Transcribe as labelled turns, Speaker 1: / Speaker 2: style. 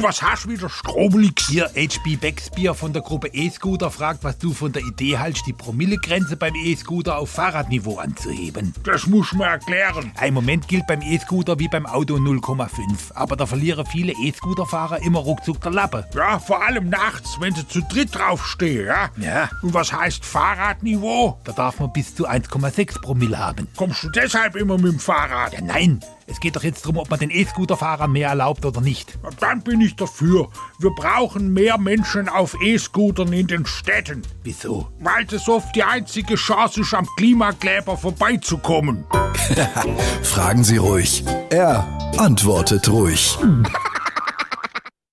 Speaker 1: Was hast du wieder, Strobelix?
Speaker 2: Hier HB Becksbier von der Gruppe E-Scooter fragt, was du von der Idee hältst, die Promillegrenze beim E-Scooter auf Fahrradniveau anzuheben.
Speaker 1: Das muss man erklären.
Speaker 2: Ein Moment gilt beim E-Scooter wie beim Auto 0,5, aber da verlieren viele E-Scooter-Fahrer immer ruckzuck der Lappe.
Speaker 1: Ja, vor allem nachts, wenn sie zu dritt draufstehen, ja?
Speaker 2: Ja.
Speaker 1: Und was heißt Fahrradniveau?
Speaker 2: Da darf man bis zu 1,6 Promille haben.
Speaker 1: Kommst du deshalb immer mit dem Fahrrad?
Speaker 2: Ja, nein, es geht doch jetzt darum, ob man den E-Scooter-Fahrern mehr erlaubt oder nicht.
Speaker 1: Na, Dann bin ich dafür. Wir brauchen mehr Menschen auf E-Scootern in den Städten,
Speaker 2: Wieso?
Speaker 1: weil das oft die einzige Chance ist, am Klimakleber vorbeizukommen.
Speaker 3: Fragen Sie ruhig. Er antwortet ruhig.